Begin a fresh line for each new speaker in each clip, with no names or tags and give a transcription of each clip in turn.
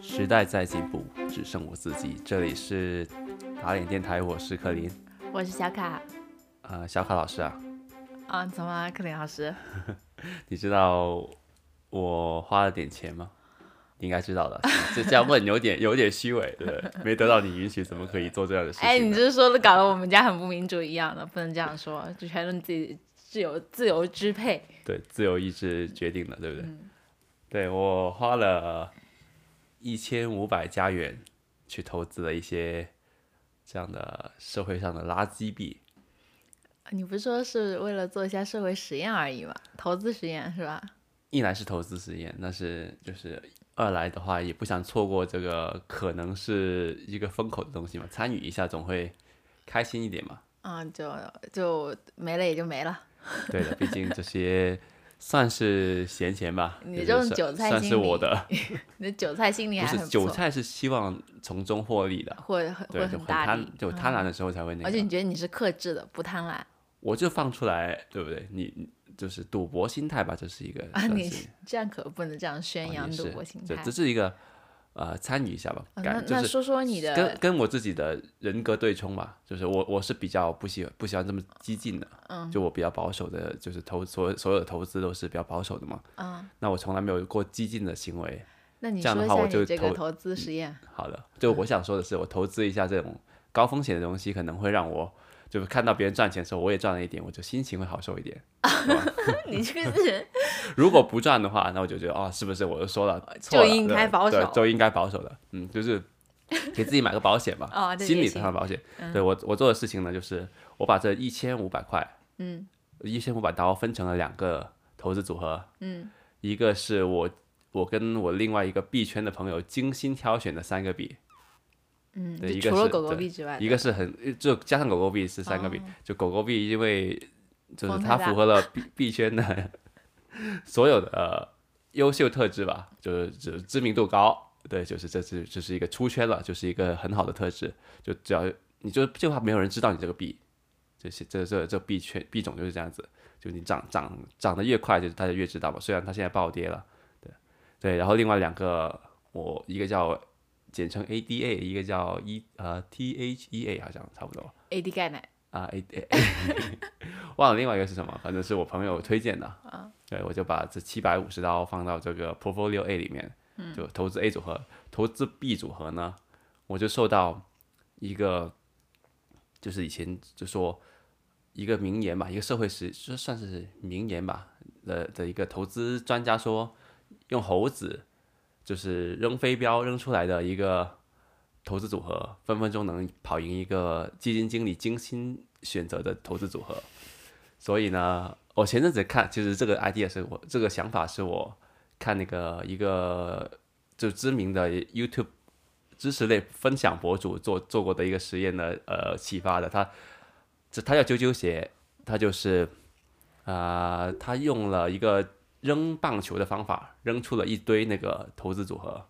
时代在进步，只剩我自己。这里是打脸电台，我是柯林。
我是小卡。
呃，小卡老师啊，
啊，怎么了，克林老师？
你知道我花了点钱吗？你应该知道的。这这样问有点 有点虚伪，对不对？没得到你允许，怎么可以做这样的事情呢？
哎，你这说的搞得我们家很不民主一样的，不能这样说，就全是你自己自由自由支配。
对，自由意志决定的，对不
嗯
对？对我花了一千五百加元去投资了一些这样的社会上的垃圾币，
你不是说是为了做一下社会实验而已吗？投资实验是吧？
一来是投资实验，那是就是二来的话也不想错过这个可能是一个风口的东西嘛，参与一下总会开心一点嘛。
嗯，就就没了也就没了。
对的，毕竟这些算是闲钱吧，
你
也
这
就
种
是
韭菜
算是
心
我
理
的，
你的韭菜心理
不
还很
是
不错，
韭菜是希望从中获利的。
会很
对，
会
就
很
很
大
贪
力，，嗯
就贪婪的时候才会那个。
而且你觉得你是克制的，不贪婪
我就放出来，对不对？你你就是赌博心态吧，这是一个
啊？
算
你
是
这样可不能这样
啊
宣扬
也
赌
是
博心
这
态
这。是一个呃参与一下吧，
啊那
感就
那
是
说说你
跟
的，
跟我自己的人格对冲吧，就是我我是比较不喜不喜欢这么激进的，
嗯
就我比较保守的，就是投所有所有的投资都是比较保守的嘛，
嗯，
那我从来没有过激进的行为。
那你
这样
说
的
一
话
下
我就
你这个
投
投资实验。
好的，
嗯
就我想说的是，我投资一下这种高风险的东西，可能会让我就是看到别人赚钱的时候，我也赚了一点，我就心情会好受一点。嗯
你这个人
如果不赚的话，那我就觉得哦，是不是我就说了，错
呃就
了
应该
对
保
对
守，
就应该保守的，嗯，就是给自己买个保险吧
哦对嗯
心
也
理
行
上的保险。对我我做的事情呢，就是我把这一千五百块，
嗯，
一千五百刀分成了两个投资组合，
嗯，
一个是我我跟我另外一个币圈的朋友精心挑选的三个币，
嗯，
对
就
一个
除了
是
狗狗
对
币之外的，哦
一个是很呃就加上狗狗币是三个币，就狗狗币因为就是
风
它
太大
符合了币 币圈的所有的、呃优秀特质吧，就是就是知名度高，对，就是这是就是一个出圈了，就是一个很好的特质，就只要你就就怕没有人知道你这个币，这些这这这币圈币种就是这样子，就你涨涨涨得越快，就是大家越知道嘛。虽然它现在暴跌了，对对，然后另外两个我一个叫简称 ADA，一个叫 E 呃 THEA 好像差不多
AD 钙奶，
啊 ADA，忘了 另外一个是什么，反正是我朋友推荐的，对我就把这七百五十刀放到这个 Portfolio A 里面，就投资 A 组合，投资 B 组合呢，我就受到一个就是以前就说一个名言吧，一个社会实就算是名言吧的的一个投资专家说，用猴子就是扔飞镖扔出来的一个投资组合，分分钟能跑赢一个基金经理精心选择的投资组合。所以呢，我前阵子看，其实这个 idea 是我这个想法是我看那个一个就知名的 YouTube 知识类分享博主做做过的一个实验的呃启发的。他这他叫啾啾鞋，他就是啊、呃他用了一个扔棒球的方法，扔出了一堆那个投资组合。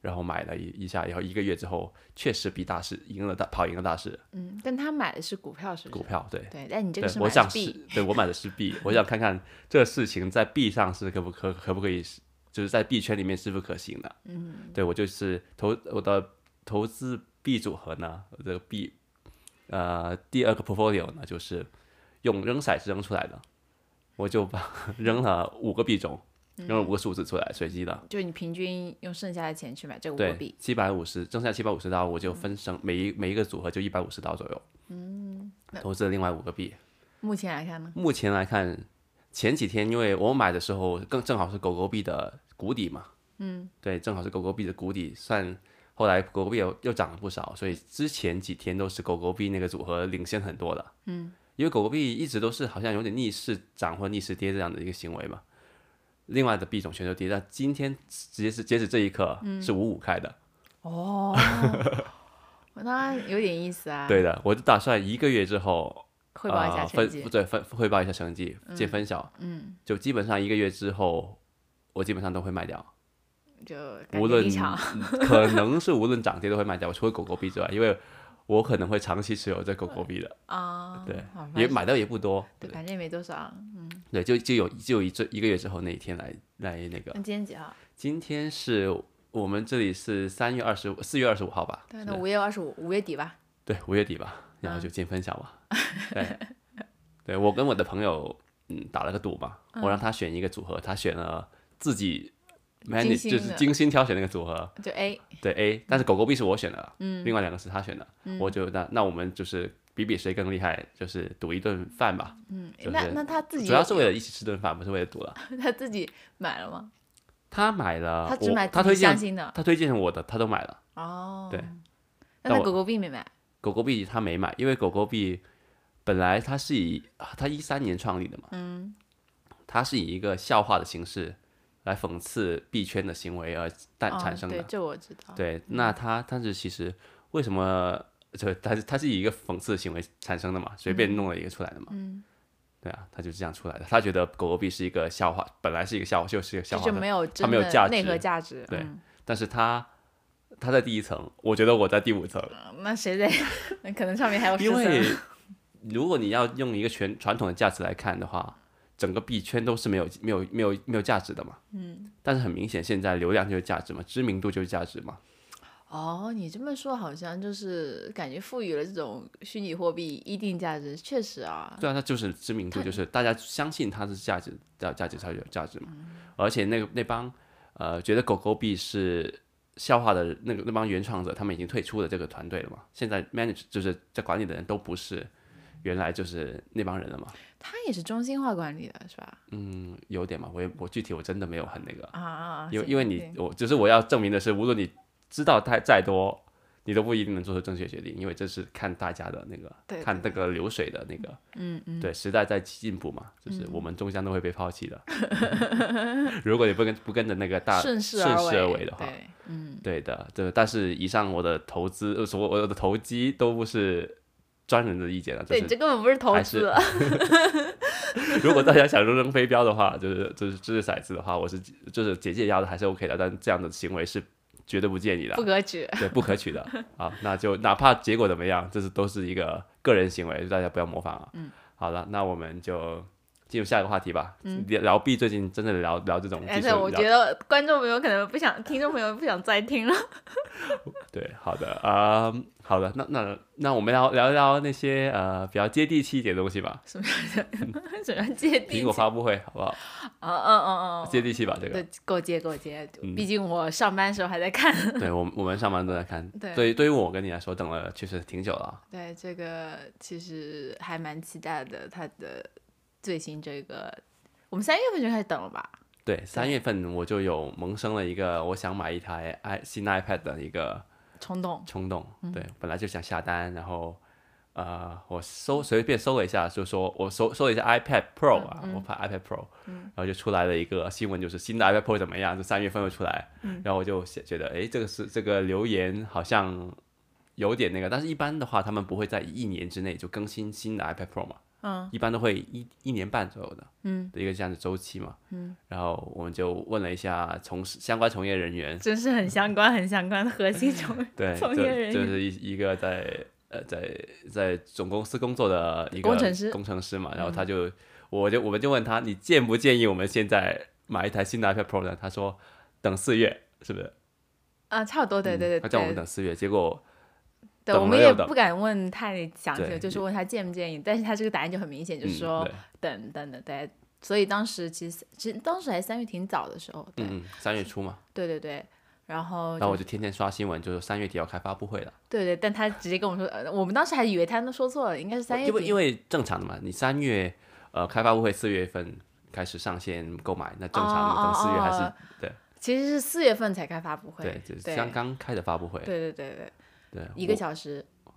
然后买了一一下，然后一个月之后，确实比大市赢了大跑赢了大市
嗯，但他买的是股票是不
股
是？
票，对，
对，但你这
对，
个是
我
买
想
的
是
币，，
对我买的是币，我想看看这个事情在币上是可不可可不可以是，就是在币圈里面是不是可行的。嗯，对我就是投我的投资币组合呢，我的币呃第二个 portfolio 呢就是用扔骰子扔出来的，我就把 扔了五个币种，
嗯
扔了五个数字出来，随机的。
就是你平均用剩下的钱去买这五个
对
币，，
七百五十，剩下七百五十刀，我就分成每一每一个组合就一百五十刀左右。嗯，投资了另外五个币。
目前来看呢，
目前来看，前几天因为我买的时候更正好是狗狗币的谷底嘛，嗯，对，正好是狗狗币的谷底，算后来狗狗币又又涨了不少，所以之前几天都是狗狗币那个组合领先很多的，嗯，因为狗狗币一直都是好像有点逆势涨或逆势跌这样的一个行为嘛。另外的币种全都跌，但今天直接是截止这一刻、是五五开的，
哦，那有点意思啊，
对的，我就打算一个月之后
汇报一下
呃分
成绩，
对分汇报一下成绩，见分晓。嗯，就基本上一个月之后，我基本上都会卖掉，
就感
无
觉
论
离场，
可能是无论涨跌都会卖掉，除了狗狗币之外，因为我可能会长期持有这狗狗币的，
啊，
对
好，吧
也买到也不多，
对，反正也没多少，啊
对，就就有就有一这一个月之后那一天来来那个
那，啊今天几号？
今天是我们这里是三月二十四月二十五号吧？
对，
是
那
不是
五月二十五，五月底吧。
对五月底吧，然后
嗯
就见分享嘛。对，对我跟我的朋友嗯打了个赌嘛，我
嗯
让他选一个组合，他选了自己 manage
心
就是
的
精心挑选那个组合，
就 A，
对 A，但是狗狗币是我选的，嗯，另外两个是他选的，
嗯
我就那那我们就是比比谁更厉害，就是赌一顿饭吧，
嗯，
就是
那那他自己
主要是为了一起吃顿饭，不是为了赌了。
他自己买了吗？
他买了，
他只
啊我
买
他
自
推
己相
荐
信的
他推荐我的，他都买了。
哦。
对，
那
但
他
我
狗狗币没买，
狗狗币他没买，因为狗狗币本来它是以啊它一三年创立的嘛，嗯，它是以一个笑话的形式来讽刺币圈的行为而诞
哦
产生的。
对，这嗯我知道。
对，那他但是其实为什么就他他是以一个讽刺的行为产生的
嗯
嘛，随便弄了一个出来的嘛，嗯，对啊，他就是这样出来的。他觉得狗狗币是一个笑话，本来是一个笑话，就是一个
这
笑话
就
的，
没有真
没有
的
价
内
值
核价值。
对
嗯
但是他他在第一层，我觉得我在第五层，
啊那谁 在？那可能上面还有十
因为
层。
如果你要用一个全传统的价值来看的话，整个币圈都是没有没有没有没有价值的嘛，嗯，但是很明显，现在流量就是价值嘛，知名度就是价值嘛，
哦，你这么说好像就是感觉赋予了这种虚拟货币一定价值，确实啊，
对啊，它就是知名度，就是大家相信它的价值，价价值才有价值嘛。而且那个那帮呃觉得狗狗币是笑话的那个那帮原创者，他们已经退出了这个团队了嘛。现在 manage 就是在管理的人都不是原来就是那帮人了嘛。
它也是中心化管理的，是吧？
嗯，有点嘛，我也我具体我真的没有很那个，
啊啊，啊
因为
行
因为
行
你我就是我要证明的是，无论你知道太再多。你都不一定能做出正确决定，因为这是看大家的那个，
对对
看那个流水的那个
嗯嗯，
对，时代在进步嘛，就是我们终将都会被抛弃 的。如果你不跟不跟着那个大
顺势
势
为
而为的话，
对，嗯，
对的，对。但是以上我的投资，呃，所我的投机都不是专人的意见了，就
对，啊
是
这根本不是投
还是
资，
如果大家想扔扔飞镖的话，就是就是掷骰子的话，我是就是姐姐要的还是 OK 的，但这样的行为是绝对不建议的
不，可取。
对，不可取的啊。那就哪怕结果怎么样，这是都是一个个人行为，大家不要模仿啊。嗯，好了，那我们就进入下一个话题吧。嗯，聊 B 最近真的聊聊这种技
而
术
且哎我
聊，
觉得观众朋友可能不想，听众朋友不想再听了。
对，好的啊、嗯好的，那那那我们聊聊聊那些呃比较接地气一点的东西吧。
什么接地
苹
气？
果发布会好不好？
嗯嗯嗯
接
嗯，
地气吧，这个。
对，够接够接
嗯。
毕竟我上班时候还在看。
对，我们我们上班都在看。
对
对于，对于我跟你来说，等了确实挺久了啊。
对，这个其实还蛮期待的，它的最新这个，我们三月份就开始等了吧？
对，三月份我就有萌生了一个我想买一台 i 新 iPad 的一个
冲动，
冲动，对，本来就想下单，然后呃，我搜随便搜了一下，就说我搜搜了一下 iPad Pro 啊，我怕 iPad Pro，、然后就出来了一个新闻，就是新的 iPad Pro 怎么样，就三月份会出来，然后我就写觉得，诶，这个是这个留言好像有点那个，但是一般的话，他们不会在一年之内就更新新的 iPad Pro 嘛，嗯，一般都会一一年半左右的，嗯，的一个这样的周期嘛，嗯，然后我们就问了一下从事相关从业人员，
真是很相关、很相关的核心冲
嗯对，
从业人
就就
员。
是一一个在呃在在总公司工作的一个
工程师嗯
工程师嘛，然后他就、我就我们就问他，你建不建议我们现在买一台新的 iPad Pro 呢？他说等四月，是不是？嗯
啊，差不多，对对
他
对
叫我们
对
等四月，结果
对，
等了
我们
又
也
等
不敢问太详细
对
了，就是问他建不建议，但是他这个答案就很明显，就是
嗯
说
对
等等等对，所以当时其实其实当时还三月挺早的时候，对
嗯嗯三月初嘛，
对对对，然后
然后
就
我就天天刷新闻，就是三月底要开发布会了，
对对，但他直接跟我说，呃，我们当时还以为他们说错了，应该是三月
因为因
底。
为正常的嘛，你三月呃开发布会四月份开始上线购买，那正常的
哦
等四月还是、
哦其实是四月份才开发布会，
对，就是
对
刚刚开的发布会，
对对对对，
对，
一
我
个小时
嗯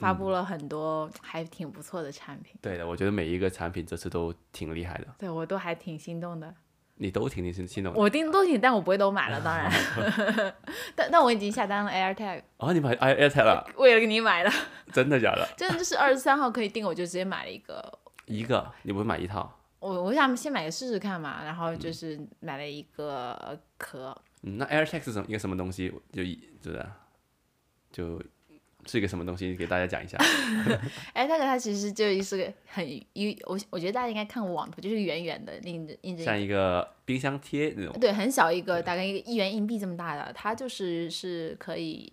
发布了很多还挺不错的产品，
对的，我觉得每一个产品这次都挺厉害的，
对我都还挺心动的。
你都挺挺心动的。
我订都挺，但我不会都买了，当然。 但但我已经下单了 AirTag，
哦，你买 i AirTag 了？
为了给你买的，
真的假的？
真的就是二十三号可以订，我就直接买了一个。
一个，你不会买一套？
我我想先买个试试看嘛，
嗯
然后就是买了一个壳，
嗯，那 AirTag 是什么一个什么东西？就一就是就是一个什么东西，给大家讲一下。
哎，那个它其实就是个很一，我我觉得大家应该看过网图，就是圆圆的，印着印着一
像一个冰箱贴那种，
对，很小一个，大概一个一元硬币这么大的，它就是是可以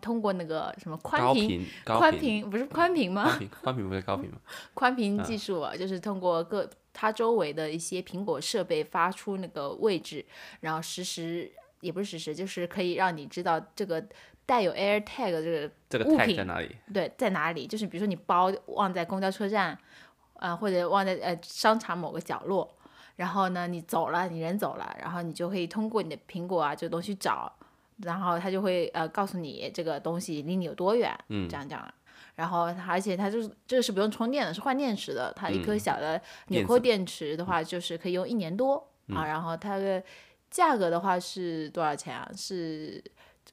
通过那个什么宽
高
屏、
频高
宽
频
屏不是宽屏吗？
高频宽频不是高频吗？
宽屏技术啊，就是通过各它周围的一些苹果设备发出那个位置，然后实时也不是实时，就是可以让你知道这个带有 AirTag 的这个
这个
物
tag
品
在哪里？
对，在哪里？就是比如说你包忘在公交车站，啊、或者忘在呃商场某个角落，然后呢你走了，你人走了，然后你就可以通过你的苹果啊这个东西找，然后它就会呃告诉你这个东西离你有多远，嗯，这样这样。然后它，而且它就是这个是不用充电的，是换电池的。它一颗小的纽
嗯电
扣
子嗯
电池的话，就是可以用一年多、啊。然后它的价格的话是多少钱啊？是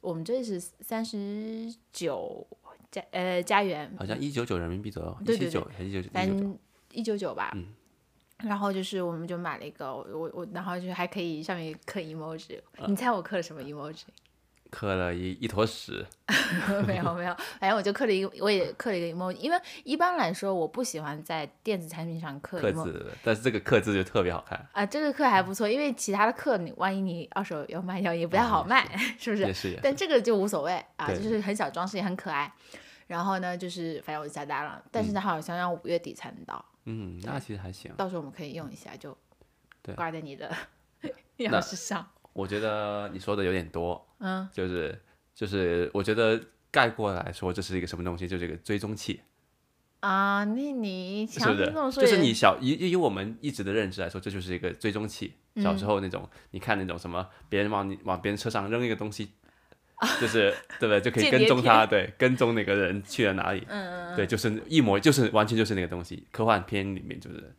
我们这是三十九加呃加元，
好像一九九人民币左右，
对
一
对
七
对
九还是一九嗯
反
九？
正一九九吧。然后就是我们就买了一个，我我我，然后就还可以上面刻 emoji。你
呃
猜我刻了什么 emoji？
刻了一一坨屎，
没有没有，反正我就刻了一个，我也刻了一个 emoji。因为一般来说，我不喜欢在电子产品上刻
刻
emoji。
字，嗯但是这个刻字就特别好看，
啊，这个课还不错，因为其他的课你万一你二手要卖掉也不太好卖， 是不是
也？是也是。
但这个就无所谓啊，
对
就是很小装饰也很可爱。然后呢，就是反正我就下单了，但是它好像要五月底才能到，
嗯，那其实还行。
到时候我们可以用一下，就
对
挂 在你的钥
那
匙上。
我觉得你说的有点多，
嗯，
就是就是，我觉得概括来说，这是一个什么东西？就是一个追踪器，
啊，那你
是不
强行
是
这么？说
就
也，
是你小以以以我们一直的认知来说，这就是一个追踪器。
嗯
小时候那种，你看那种什么，别人往你往别人车上扔一个东西，就是对不对？就可以
间
跟
谍
踪他，对，跟踪那个人去了哪里，嗯，对，就是一模，就是完全就是那个东西。科幻片里面就是，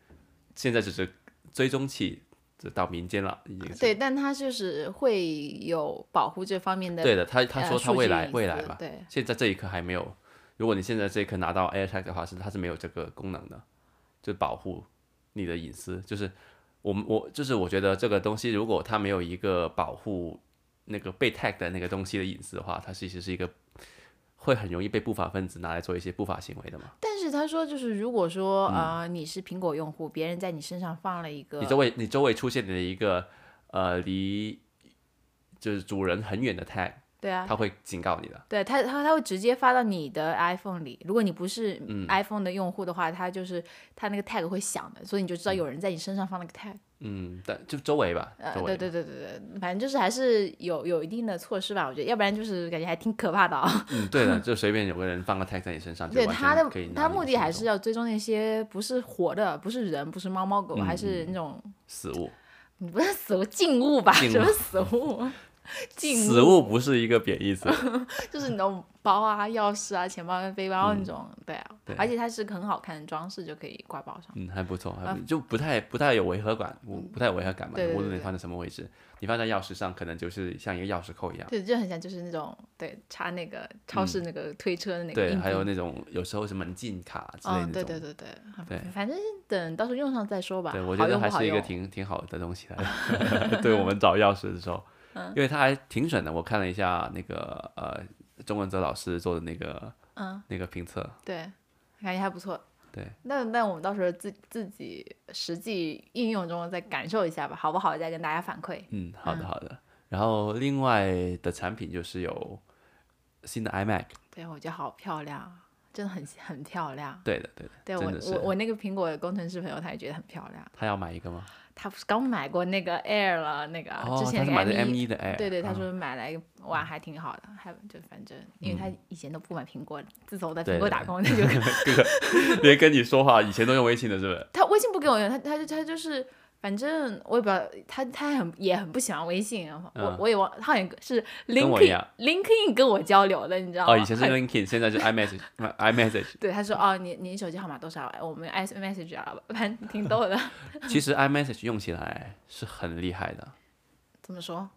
现在只是追踪器，这到民间了，已经是。
对，但它就是会有保护这方面的。
对的，他他
呃
说他
数据
未来
隐
未来
私
嘛，
对，
现在这一刻还没有。如果你现在这一刻拿到 AirTag 的话，是它是没有这个功能的，就保护你的隐私。就是我们我就是我觉得这个东西，如果它没有一个保护那个被 tag 的那个东西的隐私的话，它其实是一个会很容易被不法分子拿来做一些不法行为的嘛。
但是他说，就是如果说啊、呃你是苹果用户，别人在你身上放了一个
嗯你周围你周围出现的一个呃离就是主人很远的 tag，
对啊，
它会警告你的。
对它它它会直接发到你的 iPhone 里。如果你不是
嗯
iPhone 的用户的话，它就是它那个 tag 会响的，所以你就知道有人在你身上放了个 tag。
嗯，但就周围吧，
呃
周，围
对对对对对，反正就是还是有有一定的措施吧，我觉得，要不然就是感觉还挺可怕的、啊。
嗯，对的，就随便有个人放个 tag 在你身上，就
对
完
它
全
的
可以拿
它
你
目
的
的
行
还
踪
是要追踪那些不是活的，不是人，不是猫猫狗，
嗯
还是那种
死物，
你不是死物静物吧？
静
什
物
么死物？ 静
死物不是一个贬义 词，
就是你的包啊、钥匙啊、钱包跟背包那种，对啊，
嗯对
而且它是个很好看的装饰，就可以挂包上。
嗯，还不错，还不就不太不太有违和感，我不太有违和感嘛，
啊嗯对对
无
对
论你
对
放在什么位置，你放在钥匙上，可能就是像一个钥匙扣一样，
对，就很像就是那种对插那个超市那个推车的那个硬
嗯对，
币。
还有那种有时候是门禁卡之类
嗯，
的
对
那
对
种，
对对，
对
反正等到时候用上再说吧。
对我
好
觉得
用
还
不好
是一个
用哦
挺挺好的东西来 的，对我们找钥匙的时候，
嗯
因为它还挺准的，我看了一下那个呃中文哲老师做的那个
嗯
那个评测，
对，感觉还不错。
对，
那那我们到时候自自己实际应用中再感受一下吧，好不好？再跟大家反馈。
嗯，好的好的。然后另外的产品就是有新的 iMac，
对，我觉得好漂亮，真的很很漂亮。
对的对的，
对我
真的
我
是。
我那个苹果的工程师朋友，他也觉得很漂亮。
他要买一个吗？
他不是刚买过那个 Air 了，那个、
哦
之，前
他是
那
买的
个
M
M1
1的 Air，
对对，他
啊
说买来哇，还挺好的，还就反正，因为他以前都不买苹果，自从我在
嗯对
苹果
对
打
对
工，他就
连跟你说话以前都用微信的，是不是？
他微信不给我用，他他他就是。反正我也不知道，他他很也很不喜欢微信，然后我、
嗯
我也忘，他好像是
跟我一
LinkedIn
样
LinkedIn 跟我交流的，你知道吗？
哦，以前是
很
LinkedIn，现在是 iMessage 不 iMessage。
对他说哦，你你手机号码多少？哎我们 S message 啊，反正挺逗 的。
其实 iMessage 用起来是很厉害的，
怎么说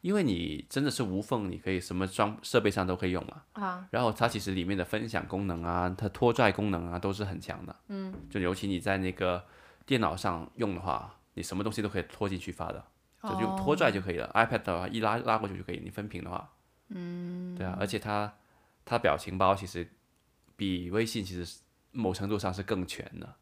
因为你真的是无缝，你可以什么装设备上都可以用嘛。
啊？
然后它其实里面的分享功能啊，它拖拽功能啊，都是很强的。嗯，就尤其你在那个电脑上用的话，你什么东西都可以拖进去发的，就用
哦
拖拽就可以了。iPad 的话一拉拉过去就可以，你分屏的话，嗯，对啊，而且它它表情包其实比微信其实是某程度上是更全的，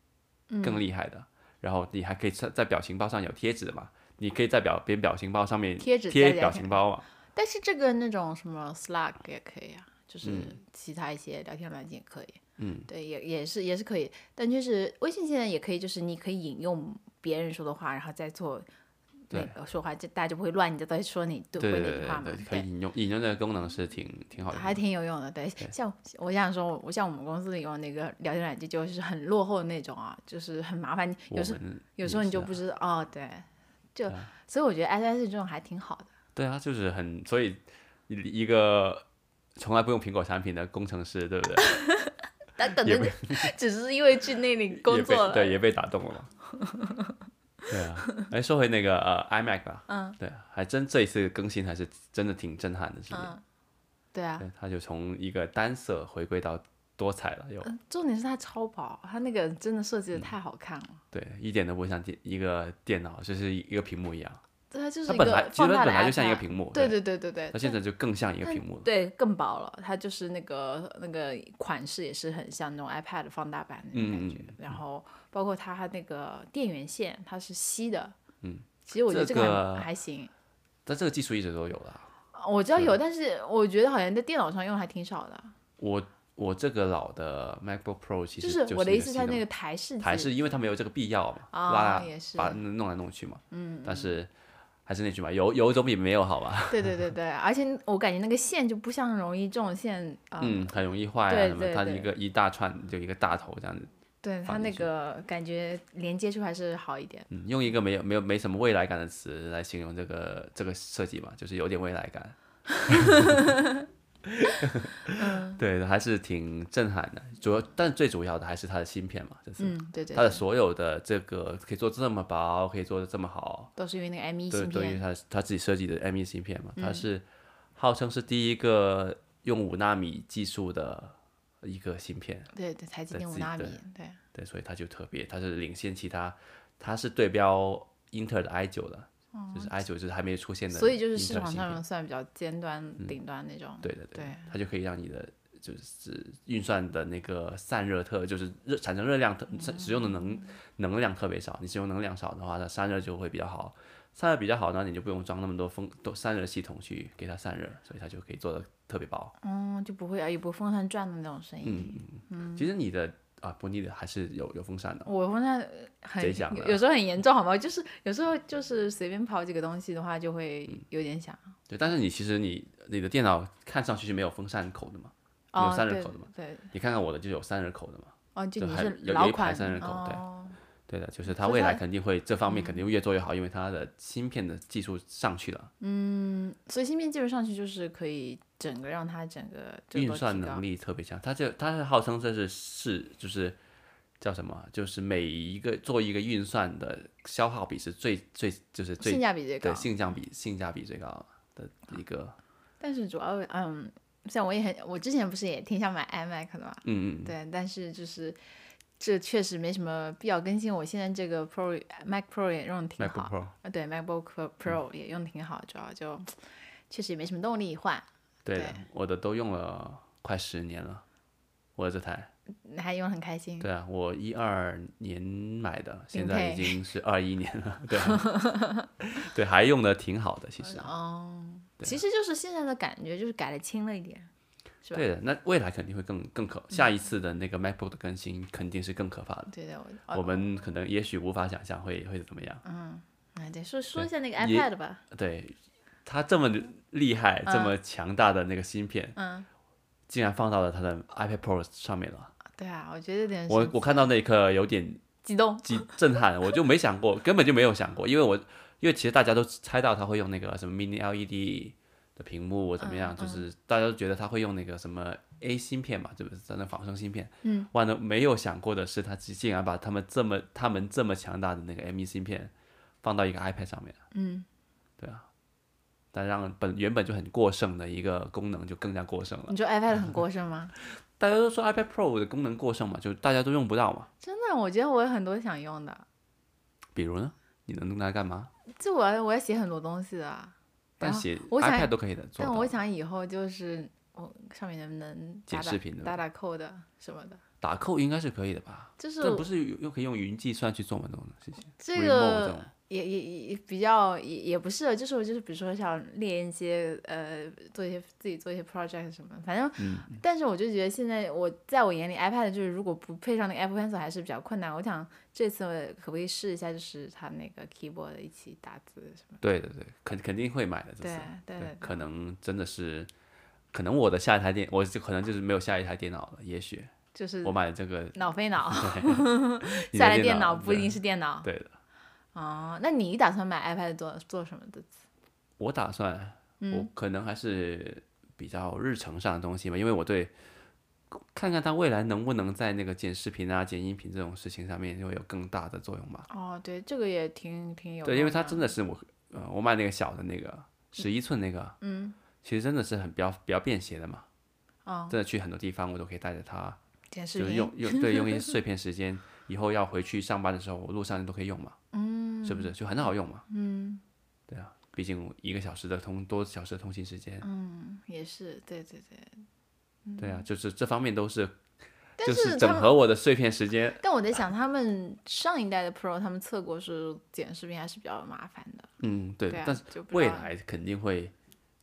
嗯
更厉害的。然后你还可以在在表情包上有贴纸嘛，你可以在表别表情包上面
贴纸
贴
大家
表
看
情包嘛，
但是这个那种什么 Slack 也可以啊，就是
嗯
其他一些聊天软件也可以。嗯，对，也也是也是可以，但就是微信现在也可以，就是你可以引用别人说的话，然后再做那
对
个说话，这大家就不会乱，你在说你对
对对
回哪
对
句话嘛
对，对，可以引用引用这个功能是挺挺好用
还
的。
挺有用的。对，像我想说，我像我们公司里用那个聊天软件就是很落后的那种啊，就是很麻烦，
我
有时
们
有时候你
也是
就
啊
不知道哦，对，就所以我觉得 iOS 这种还挺好的。
对啊，就是很，所以一一个从来不用苹果产品的工程师，对不对？
但可
也
能 只是因为去那里 工
也
作
被
了，
对，也被打动了嘛。 对啊，哎，说回那个呃 iMac 吧，嗯，对，还真这一次更新还是真的挺震撼的，是不
嗯
是？
对啊，
对，它就从一个单色回归到多彩了，又
嗯重点是它超薄，它那个真的设计的太好看了。
对，一点都不像电一个电脑，就是一个屏幕一样，
对，它就是
它
一
本来
个
其实
放
它
大
本
的
来就像一个
iPad
屏幕，
对，对对对对，
它现
但
在就更像一个屏幕了。
对更薄了，它就是那个那个款式也是很像那种 iPad 放大版那种
嗯
感觉。然后包括它那个电源线，它是吸的。嗯，其实我觉得
这
这个还、
个
还行。
但这个技术一直都有了。
我知道有，但是我觉得好像在电脑上用的还挺少的。
我我这个老的 MacBook Pro 其
就
实
是我的意思，它
它
那个台式
还
机
是因为它没有这个必要嘛，
啊
拉
也是
把弄来弄去嘛。嗯，但是还是那句嘛，有有总比没有好吧？
对对对对，而且我感觉那个线就不像容易这种线啊、
嗯，很容易坏啊
对
什么，
对
它
对
一个一大串就一个大头这样子，
对它
放
那
进去
个感觉连接处还是好一点。
嗯，用一个没有没有没什么未来感的词来形容这个这个设计嘛，就是有点未来感。
嗯
对，还是挺震撼的。主要，但最主要的还是它的芯片嘛，就是
嗯，对对
它
对，
的所有的这个可以做这么薄，可以做的这么好，
都是因为那个 M1
对，
芯
对于
片，嗯
他他自己设计的 M1 芯片嘛，它是号称是第一个用五纳米技术的一个芯片，
对对，才几
对
点五
自己
纳米
对，
对，
对，所以它就特别，它是领先其他，它是对标英特尔的 i9 的，就是 i9 就是还没出现的英特
哦所
尔芯片，嗯
以就是市场上面算比较尖端、顶端那种。
对的
对
它就可以让你的就是运算的那个散热特，就是热产生热量特使使用的
嗯
能能量特别少。你使用能量少的话，它散热就会比较好。散热比较好呢，你就不用装那么多风多散热系统去给它散热，所以它就可以做的特别薄。
嗯，就不会啊，也不会风扇转的那种声音。
嗯其实你的啊，不，你的还是有有风扇的。哦
我风扇很
贼响
有
的
有时候很严重，好 吗？就是有时候就是随便跑几个东西的话，就会
嗯
有点响。
对，但是你其实你你的电脑看上去是没有风扇口的嘛，
哦
有，散热
对
口的嘛。
对，
你看看我的就有散热口的嘛。
哦，就
就
你
还
是
有有
老
一排
款
散热口对
哦
对的，就是它
所以
未来
它嗯
肯定会这方面肯定会越做越好，因为它的芯片的技术上去了，
所以芯片技术上去就是可以整个让它整个就
运
都
算
提高
能力特别强。它就它是号称这是是就是叫什么，啊就是每一个做一个运算的消耗比是最最就是
性
最
价比最高
对。性价比性价比最高的一个，
但是主要嗯，像我也很，我之前不是也挺想买 iMac 的嘛，
嗯嗯嗯，
对，但是就是这确实没什么必要更新。我现在这个 Pro Mac Pro 也用的挺
MacBook
好，
Pro，嗯
啊对 MacBook Pro 也用的挺好，主要就确实也没什么动力换。
对的
对，
我的都用了快十年了，我的这台，
还用得很开心，
对啊，我一二年买的，现
顶
在已
配
经是二一年了，对 啊对，还用的挺好的，其实。
哦其
啊
实就是现在的感觉就是改的轻了一点，是吧
对的，那未来肯定会更更可，下一次的那个 MacBook 的更新肯定是更可怕的，
对的，我
我们可能也许无法想象会会怎么样。
哎对，说说一下那个
也
iPad 吧，
对，它这么厉害、这么强大的那个芯片，
嗯，
竟然放到了它的 iPad Pro 上面了，
对啊，我觉得有点
我
神
我看到那一刻有点
激动，
激震撼，我就没想过，根本就没有想过，因为我因为其实大家都猜到它会用那个什么 Mini LED 的屏幕怎么样，
嗯
就是大家都觉得它会用那个什么 A 芯片嘛，就是它那仿生芯片。嗯，万能没有想过的是，它竟竟然把他们这么他们这么强大的那个 M1 芯片放到一个 iPad 上面。嗯，对啊，但让本原本就很过剩的一个功能就更加过剩了。
你说 iPad 很过剩吗？
大家都说 iPad Pro 的功能过剩嘛，就大家都用不到嘛。
真的，我觉得我有很多想用的，
比如呢，你能用它干嘛？
就我要我要写很多东西的，
但
然后
写
啊我想
iPad 都可以的做
但
到。
我想以后就是我上面能不能
剪
打打
视频的
打打扣的什么的？
打扣应该是可以的吧？
就是
这不是有又可以用云计算去做吗？这种事情，
这
remote 这
个
种
也也也也比较也也不是，就是我就是比如说想列一些呃做一些自己做一些 project 什么，反正，
嗯
但是我就觉得现在我在我眼里 iPad 就是如果不配上那个 Apple Pencil 还是比较困难。我想这次我可不可以试一下，就是它那个 keyboard 一起打字什么？
对对对，肯肯定会买的，这
对
次
对对
可能真的是，可能我的下一台电，我就可能就是没有下一台电脑了，也许
就是
我买了这 个，
脑飞脑，
你
下
的
来
电
脑不一
对
定是电脑。
对的，
哦，那你打算买 iPad 做做什么的？
我打算，
嗯
我可能还是比较日程上的东西吧，因为我对看看它未来能不能在那个剪视频啊、剪音频这种事情上面会有更大的作用吧。
哦，对，这个也挺挺有嗯
对，因为它
用
真的是我，呃，我买那个小的那个十一寸那个，嗯，其实真的是很比较比较便携的嘛。
哦
真的去很多地方，我都可以带着它，
电视
就是
频
用用对用一些 碎片时间，以后要回去上班的时候，我路上都可以用嘛。嗯，是不是就很好用嘛？嗯，对啊，毕竟一个小时的通多小时的通勤时间，
也是，对对对。
对啊，就是这方面都是，
嗯但
就是是
他
整
们
合我的碎片时间。
但我在想，他们上一代的 Pro，他们测过是剪视频还是比较麻烦的。
嗯，对，
对啊
但是
就不知
未
道
来肯定会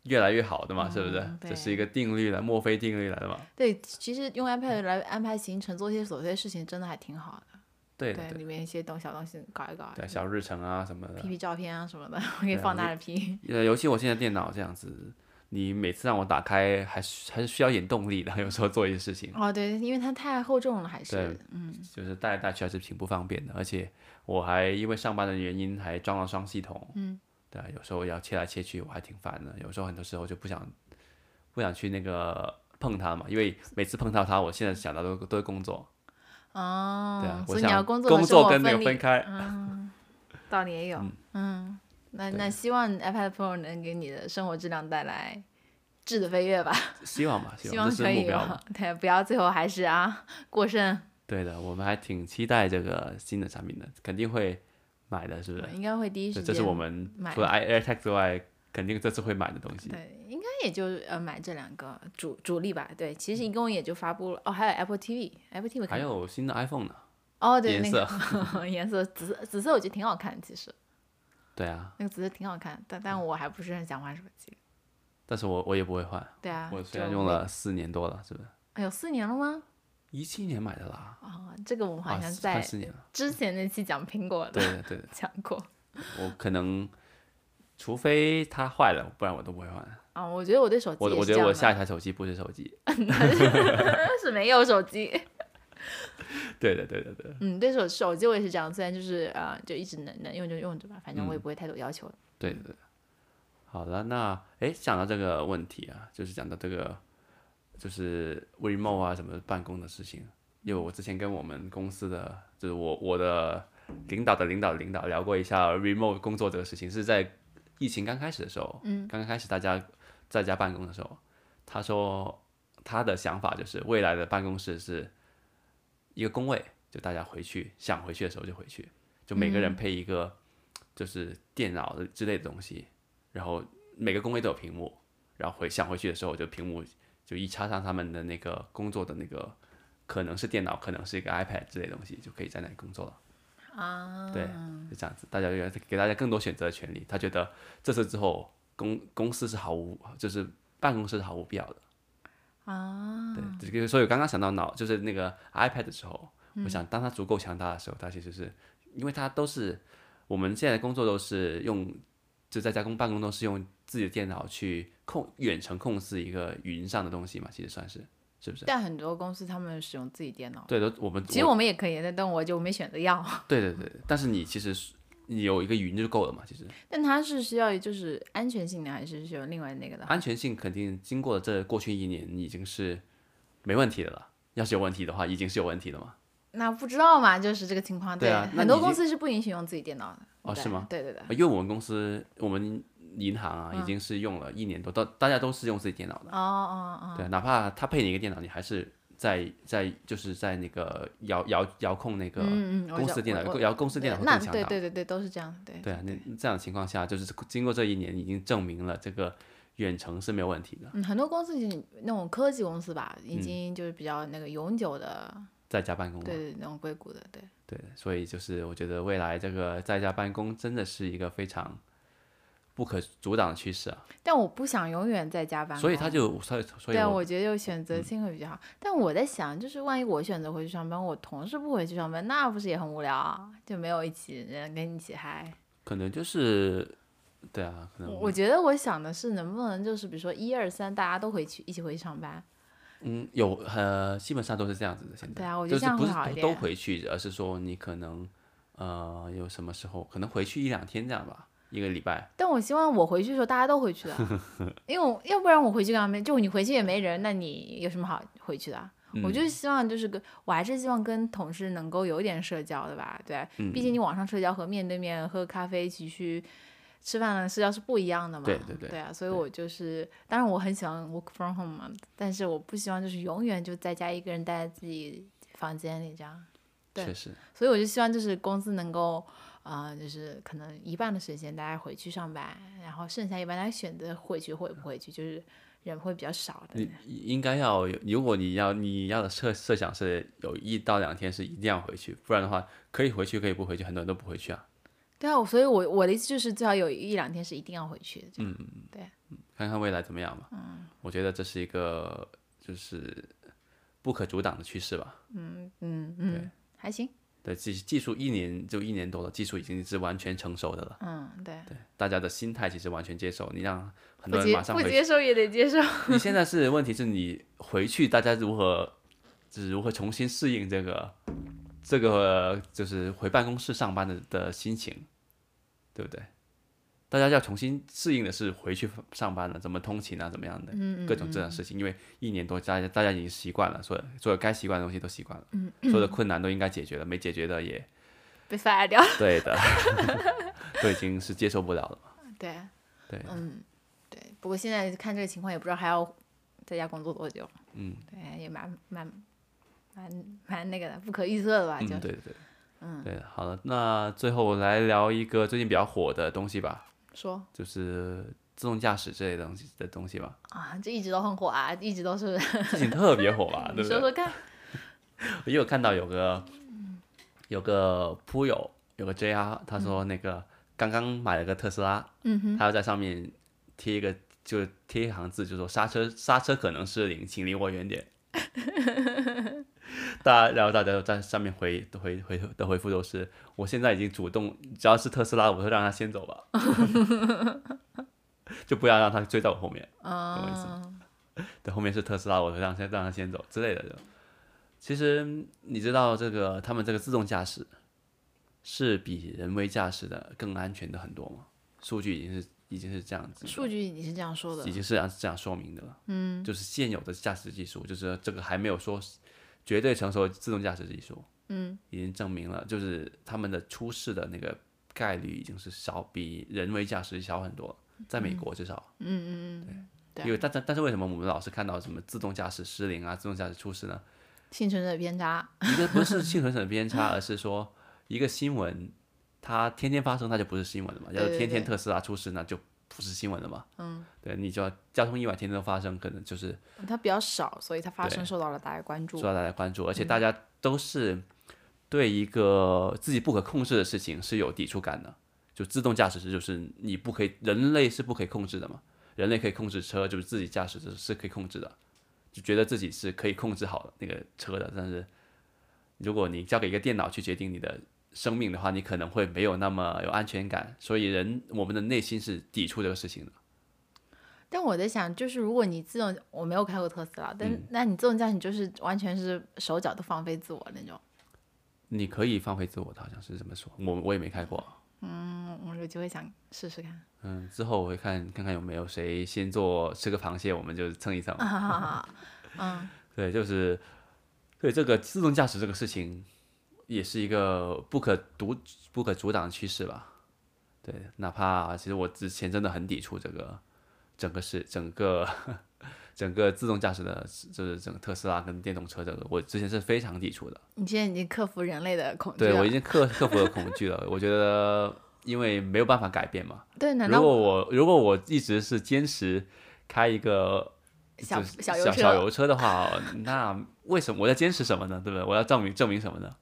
越来越好的嘛，是不是
嗯？
这是
对
一个定律了，墨菲定律来的嘛。
对，其实用 iPad 来安排行程、做一些琐碎的事情，真的还挺好的。
对的
对，
对
里面一些东小东西搞一搞，
对，小日程啊什么的
P。P 照片啊什么的，我可以
对啊
放大着 P。
呃，尤其我现在电脑这样子，你每次让我打开，还是还是需要一点动力的。有时候做一些事情，
哦，对，因为它太厚重了，还是
对
嗯
就是带来带去还是挺不方便的。而且我还因为上班的原因，还装了双系统。嗯，对啊，有时候要切来切去，我还挺烦的。有时候很多时候就不想不想去那个碰它嘛，因为每次碰到它，我现在想到都都是工作。
哦，
对啊，我
所以你要
想
工作和
工
生
作
活
跟那
分
个
离嗯
分开。
道理也有。嗯，那那希望 iPad Pro 能给你的生活质量带来质的飞跃吧，
希望吧，
希
望
望
这
可
是目
以啊
标嘛。
吧。对，不要最后还是啊过剩，
对的，我们还挺期待这个新的产品的，肯定会买的，是不是？
应该会第一时
对，
间。
这是我们
买
除了 i- AirTag 之外，肯定这次会买的东西。
对，应该也就呃买这两个主主力吧。对，其实一共也就发布了哦，还有 Apple TV，Apple TV 可
还
能
有新的 iPhone 呢？
哦对，
颜
那个 颜色紫色紫色我觉得挺好看，其实
对啊，
那个紫色挺好看，但
嗯
但我还不是很想换手机。
但是我我也不会换，
对啊，
我虽然
就
用
没，
了四年多了，是不是？
哎呦四年了吗？
一七年买的啦，
啊、这个我们
啊
好，像
四快
在
四年了。
之前那期讲苹果的
对的对的，
讲过
我可能除非它坏了，不然我都不会换。
啊，我觉得我对手机
我
也
我
是
觉
这
得
样
我
的
下一台手机不是手机。
是 没有手机，
对的对的对的
嗯，对手手机我也是这样，虽然就是啊、呃就一直能能用就用着吧，
嗯
反正我也不会太多要求。
对的对的。好了，那哎，讲到这个问题啊，就是讲到这个，就是 remote 啊什么办公的事情，因为我之前跟我们公司的，就是我我的领导的领导的领导聊过一下 remote 工作这个事情，是在疫情刚开始的时候，嗯，刚刚开始大家在家办公的时候，他说他的想法就是未来的办公室是一个工位，就大家回去想回去的时候就回去，就每个人配一个就是电脑的之类的东西，然后每个工位都有屏幕，然后回想回去的时候，就屏幕就一插上他们的那个工作的那个，可能是电脑，可能是一个 iPad 之类的东西，就可以在那里工作了。啊，对，就这样子，大家就给大家更多选择的权利。他觉得这次之后，公公司是毫无，就是办公室是毫无必要的。啊，对，这个所以我刚刚想到脑，就是那个 iPad 的时候，我想当它足够强大的时候，它其实是因为它都是我们现在的工作都是用就在家工办公都是用自己的电脑去控远程控制一个云上的东西嘛，其实算是是不是？
但很多公司他们使用自己电脑，
对的，我们
其实我们也可以，但但我就没选择要。
我对对对，但是你其实是你有一个云就够了嘛，其实
但它是需要就是安全性的，还是需要另外那个的？
安全性肯定经过这过去一年你已经是没问题的了。要是有问题的话，已经是有问题了嘛？
那不知道嘛，就是这个情况。
对啊那你
很多
已
公
经
司是不允许用自己电脑的。
哦
对
是吗？
对对对。
因为我们公司我们银行啊，已经是用了一年多，大大家都是用自己电脑的。
嗯哦哦
对，哪怕他配你一个电脑，你还是在在就是在那个遥遥遥控那个
哦，嗯嗯，我
公
知
司
道
电
我
脑，
我
遥控司
对
电脑会
那
更强
对
大。
对对对，都是这样的。对
对啊，那这样的情况下，就是经过这一年，已经证明了这个远程是没有问题的，嗯
嗯，很多公司已经那种科技公司吧，已经就是比较那个永久的，
在家办公嘛。
对对，那种硅谷的，对，
对，所以就是我觉得未来这个在家办公真的是一个非常不可阻挡的趋势啊，
但我不想永远在家办公，
所以他就所以所以
但
我
我觉得有
嗯
选择性会比较好。但我在想，就是万一我选择回去上班，我同事不回去上班，那不是也很无聊啊？就没有一起人跟你一起嗨。
可能就是对啊，可
我
能
我觉得我想的是，能不能就是比如说一二三大家都回去一起回去上班？
嗯有呃基本上都是这样子的现在，
对啊我觉
嗯就是
得这样
不
会
是
好一
都
点
都回去，而是说你可能呃有什么时候可能回去一两天这样吧，一个礼拜。
但我希望我回去的时候大家都回 去的，因为我要不然我回去干嘛？就你回去也没人，那你有什么好回去的啊？我
嗯
就是希望就是跟我还是希望跟同事能够有点社交的吧，对，
嗯
毕竟你网上社交和面对面喝咖啡一起去吃饭的社交是不一样的嘛，
对对对
啊，所以
对
我就是当然我很喜欢 work from home 嘛，但是我不希望就是永远就在家一个人待在自己房间里这样。对
确实，
所以我就希望就是公司能够，呃，就是可能一半的时间大家回去上班，然后剩下一半大家选择回去或者不回去，就是人会比较少的
你。应该要有，如果你要你要的设设想是有一到两天是一定要回去，不然的话可以回去可以不回去，很多人都不回去啊。
对啊，我所以我我的意思就是最好有一两天是一定要回去的。嗯，
看看未来怎么样吧。嗯，我觉得这是一个就是不可阻挡的趋势吧。
嗯还行。
对技技术一年就一年多了，技术已经是完全成熟的了。
嗯，对，
对，大家的心态其实完全接受。你让很
不
多人
接
马上
不
回去，
接受也得接受。
你现在是问题是你回去，大家如何就是如何重新适应这个这个就是回办公室上班的的心情，对不对？大家要重新适应的是回去上班了，怎么通勤啊，怎么样的，
嗯
各种这样的事情，因为一年多大家大家已经习惯了，所有所有该习惯的东西都习惯了，
嗯
所有的困难都应该解决了，没解决的也
被 fire 掉。
对的，都已经是接受不了了嘛。
对 嗯
对，
对，不过现在看这个情况，也不知道还要在家工作多久。
嗯，
对，也蛮蛮蛮蛮那个的，不可预测的吧？
嗯，
就
对对对，嗯，对的，好了，那最后我来聊一个最近比较火的东西吧，
说。
就是自动驾驶这类东西的东西吧，
啊，这一直都很火啊，一直都是。，
最近特别火吧
你
啊对不
说
对？
说看，
我也有看到有个有个铺友，有个 JR，他说那个刚刚买了个特斯拉，
嗯哼，
他要在上面贴一个，就贴一行字，就说刹车刹车可能失灵，请离我远点。 大家，然后大家都在上面回回回的回复都是，我现在已经主动，只要是特斯拉，我就让他先走吧， 就不要让他追在我后面。 懂我意思
嗯，
对，后面是特斯拉，我就让先让他先走之类的就。其实你知道这个他们这个自动驾驶是比人为驾驶的更安全的很多吗？数据已经是已经是这样子了，
数据你是这样说的
已，经是这样这样说明的了。嗯，就是现有的驾驶技术，就是这个还没有说是绝对成熟的自动驾驶技术。嗯，已经证明了，就是他们的出事的那个概率已经是少比人为驾驶小很多了，在美国至少。嗯嗯
对啊
因为但但但是为什么我们老是看到什么自动驾驶失灵啊、自动驾驶出事呢？
幸存者偏差，
一个不是幸存者的偏 差，而是说一个新闻它天天发生，那就不是新闻了嘛。要是
对对
天天
对
特斯拉出事，那就不是新闻了嘛。嗯，对，你就要交通意外天天都发生，可能就是
它比较少，所以它发生
对
受到了大家关注
受。到大家关注，而且大家都是对一个自己不可控制的事情是有抵触感的。就自动驾驶是就是你不可以，人类是不可以控制的嘛。人类可以控制车，就是自己驾驶是是可以控制的，就觉得自己是可以控制好那个车的。但是如果你交给一个电脑去决定你的生命的话，你可能会没有那么有安全感。所以人我们的内心是抵触这个事情的。
但我在想，就是如果你自动，我没有开过特斯拉，但
嗯
那你自动驾驶就是完全是手脚都放飞自我那种。
你可以放飞自我的，好像是这么说。我我也没开过。
嗯，我有机会想试试看。
嗯，之后我会看看看有没有谁先做吃个螃蟹，我们就蹭一蹭。
啊哈哈哈，
对，就是对这个自动驾驶这个事情，也是一个不可阻不可阻挡的趋势吧。对，哪怕其实我之前真的很抵触这个整个是整个整个自动驾驶的，就是整个特斯拉跟电动车这个，我之前是非常抵触的。
你现在已经克服人类的恐惧
对我
了
已。经克克服了恐惧了。我觉得因为没有办法改变嘛。
对，难
如
道
果我如果我一直是坚持开一个
小
就是
小
小
油车
小油车的话， 那为什么我在坚持什么呢？对不对？我要证明证明什么呢？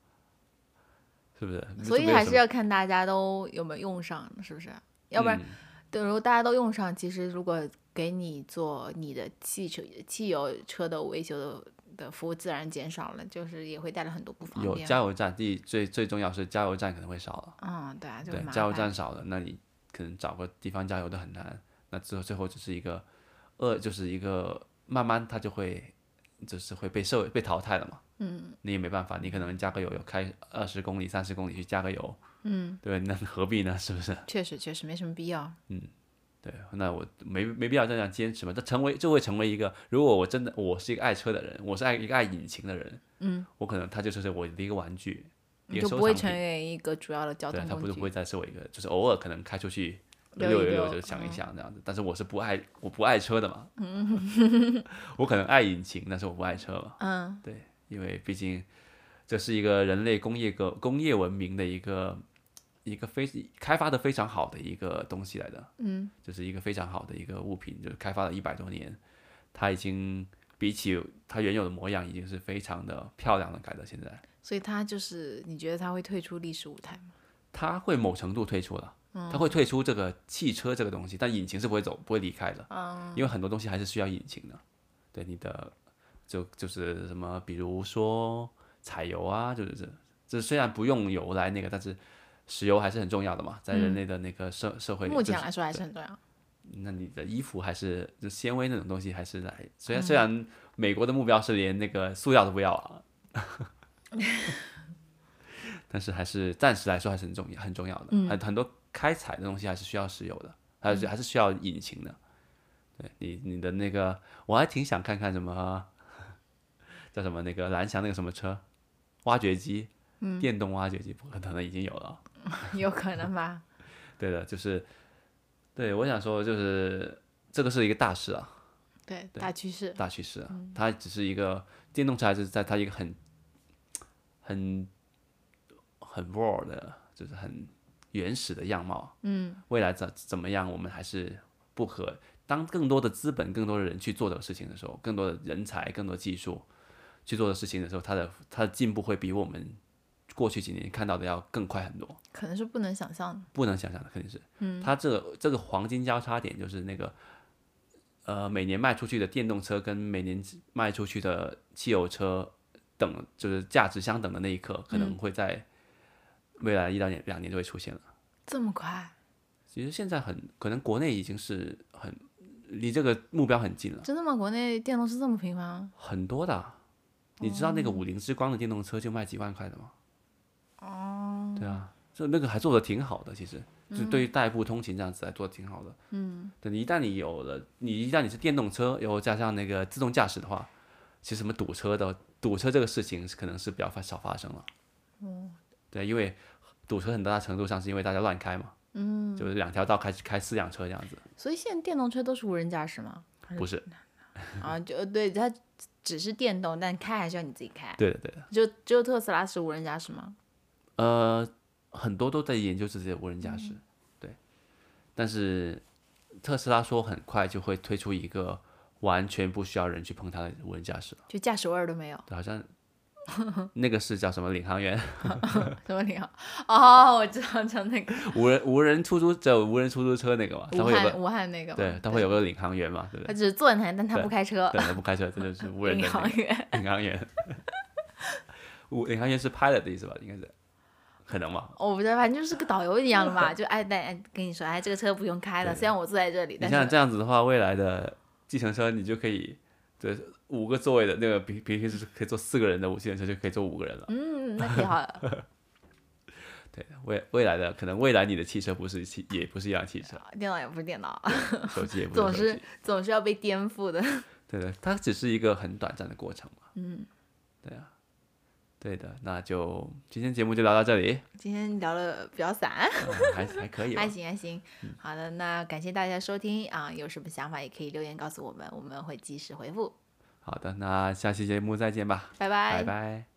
是不是？
所
这
以
没有
还
什
是
么
要看大家都有没有用上，是不是？要不然，
嗯
对，如果大家都用上，其实如果给你做你的汽车、汽油车的维修的的服务，自然减少了，就是也会带来很多不方
有
便。啊
加油站，第一最最重要是加油站可能会少了，
嗯，对啊，就
对
麻，
加油
烦
站少了，那你可能找个地方加油都很难，那最后最后就是一个恶，就是一个慢慢它就会就是会被社会被淘汰了嘛，嗯，你也没办法，你可能加个油要开二十公里、三十公里去加个油，嗯，对，那何必呢？ 是不是？
确实确实没什么必要。
对，那我没没必要这样坚持嘛。这成为就会成为一个，如果我真的我是一个爱车的人，我是爱一个爱引擎的人，嗯，我可能它就是我的一个玩具，一
你
个
就
收
不会
藏
成
品
为一个主要的交
对，
通
它不是不
工具
会。再是我一个，就是偶尔可能开出去
溜
溜
一
一
溜嗯
就想一想这样子。但是我是不爱，我不爱车的 嘛。我可能爱引擎，但是我不爱车嘛。
嗯，
对，因为毕竟这是一个人类工业个工业文明的一个一个非开发的非常好的一个东西来的。嗯，就是一个非常好的一个物品，就是开发了一百多年，它已经比起它原有的模样，已经是非常的漂亮的改到现在。
所以它就是你觉得它会退出历史舞台吗？
它会某程度退出了，
嗯
它会退出这个汽车这个东西，但引擎是不会走、不会离开的，
嗯
因为很多东西还是需要引擎的。对你的，就就是什么，比如说柴油啊，就是这这虽然不用油来那个，但是石油还是很重要的嘛，在人类的那个社、社会里，
嗯目
就
前
是
来说还是很重要。
那你的衣服还是就纤维那种东西还是来，虽然虽然美国的目标是连那个塑料都不要啊，但是还是暂时来说还是很重要很重要的，很、很多开采的东西还是需要石油的，还是、还是需要引擎的。对你你的那个，我还挺想看看什么啊 叫什么那个蓝翔那个什么车，挖掘机，电动挖掘机，不可能已经有了啊。
有可 能吧？
对的，就是，对我想说，就是这个是一个大事啊，
对，大趋势。
大趋势啊，它只是一个电动车，还是在它一个很、很、很 raw 的，就是很原始的样貌。嗯，未来怎怎么样，我们还是不可。当更多的资本、更多的人去做这个事情的时候，更多的人才、更多技术去做的事情的时候，它的它的进步会比我们过去几年看到的要更快很多。
可能是不能想象的。
不能想象的，肯定是。嗯，它这个这个黄金交叉点就是那个，呃，每年卖出去的电动车跟每年卖出去的汽油车等，就是价值相等的那一刻，可能会在未来一两年两年就会出现了。
这么快，
其实现在很可能国内已经是很离这个目标很近了，
真的吗？国内电动车这么频繁吗？
很多的啊。你知道那个五菱之光的电动车就卖几万块的吗？哦，对啊，就那个还做的挺好的，其实就对于代步通勤这样子来做的挺好的。嗯，对，你一旦你有了，你一旦你是电动车，然后加上那个自动驾驶的话，其实什么堵车的堵车这个事情是可能是比较发少发生了。嗯，对，因为堵车很大程度上是因为大家乱开嘛。嗯，就是两条道开开四辆车这样子，
所以现在电动车都是无人驾驶吗？
不是？嗯
啊，就对，它只是电动，但开还是要你自己开。
对的对的，
就只有特斯拉是无人驾驶吗？
呃，很多都在研究这些无人驾驶，
嗯
对。但是特斯拉说很快就会推出一个完全不需要人去碰它的无人驾驶了，
就驾驶位儿都 没有。
对好像那个是叫什么领航 员，
什么你好？哦，我知道，就那个
无人无人出租这无人出租车那个嘛，它
武
会有
汉
个
武汉那个嘛。
对，它会有个领航员嘛，对不
他
对？
只是坐在那，但他不开车。
对，它不开车，这就是无人的
领
那
航
个
员，
领航员。 无领航员是 pilot 的意思吧？应该是，可能吧？
我不知道，反正就是个导游一样 的嘛，就哎，但哎跟你说，哎，这个车不用开了，
对
虽然我坐在这里，
你
但
像
是
这样子的话，未来的计程车你就可以，对五个座位的那个比比平时可以坐四个人的计程车就可以坐五个人了。
嗯，那挺好的。
对，未未来的可能未来你的汽车不是汽也不是一辆汽 车，
电脑也不是电脑，
手机也 不
总
是手
是
机。
总是要被颠覆的。
对的，它只是一个很短暂的过程嘛。嗯，对啊，对的，那就今天节目就聊到这 里，
今天聊的比较散，
嗯还还可以吧
还。行还行。好的，那感谢大家收听啊，有什么想法也可以留言告诉我们，我们会及时回复。
好的，那下期节目再见吧，
拜拜
拜拜